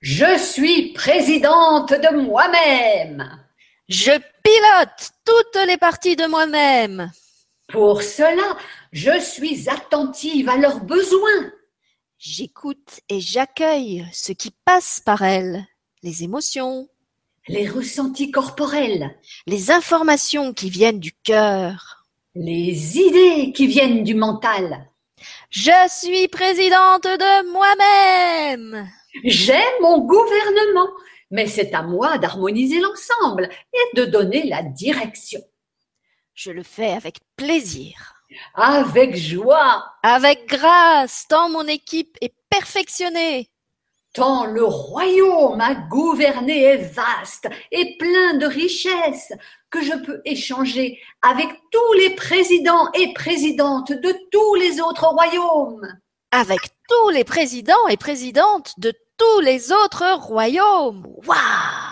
Je suis présidente de moi-même. Je pilote toutes les parties de moi-même. Pour cela, je suis attentive à leurs besoins. J'écoute et j'accueille ce qui passe par elle, les émotions, Les ressentis corporels, les informations qui viennent du cœur. les idées qui viennent du mental. Je suis présidente de moi-même. J'ai mon gouvernement, mais c'est à moi d'harmoniser l'ensemble et de donner la direction. Je le fais avec plaisir. Avec joie, Avec grâce, tant mon équipe est perfectionnée. tant le royaume à gouverner est vaste et plein de richesses que je peux échanger avec tous les présidents et présidentes de tous les autres royaumes. Avec tous les présidents et présidentes de tous les autres royaumes. Waouh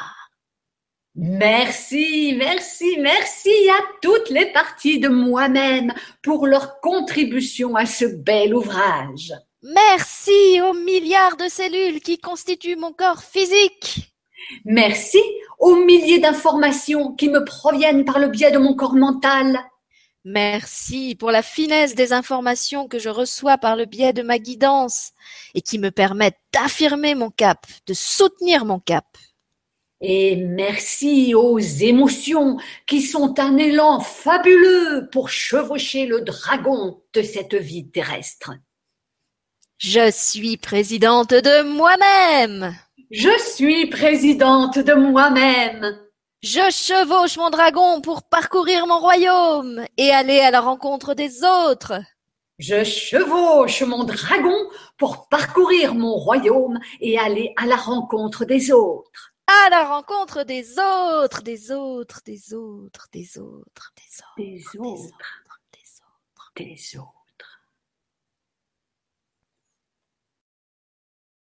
Merci, merci, merci à toutes les parties de moi-même pour leur contribution à ce bel ouvrage. Merci aux milliards de cellules qui constituent mon corps physique. Merci aux milliers d'informations qui me proviennent par le biais de mon corps mental. Merci pour la finesse des informations que je reçois par le biais de ma guidance et qui me permettent d'affirmer mon cap, de soutenir mon cap. Et merci aux émotions qui sont un élan fabuleux pour chevaucher le dragon de cette vie terrestre. Je suis présidente de moi-même. Je suis présidente de moi-même. Je chevauche mon dragon pour parcourir mon royaume et aller à la rencontre des autres. Je chevauche mon dragon pour parcourir mon royaume et aller à la rencontre des autres. À la rencontre des autres, des autres, des autres, des autres, des autres, Des des autres, des autres. des autres.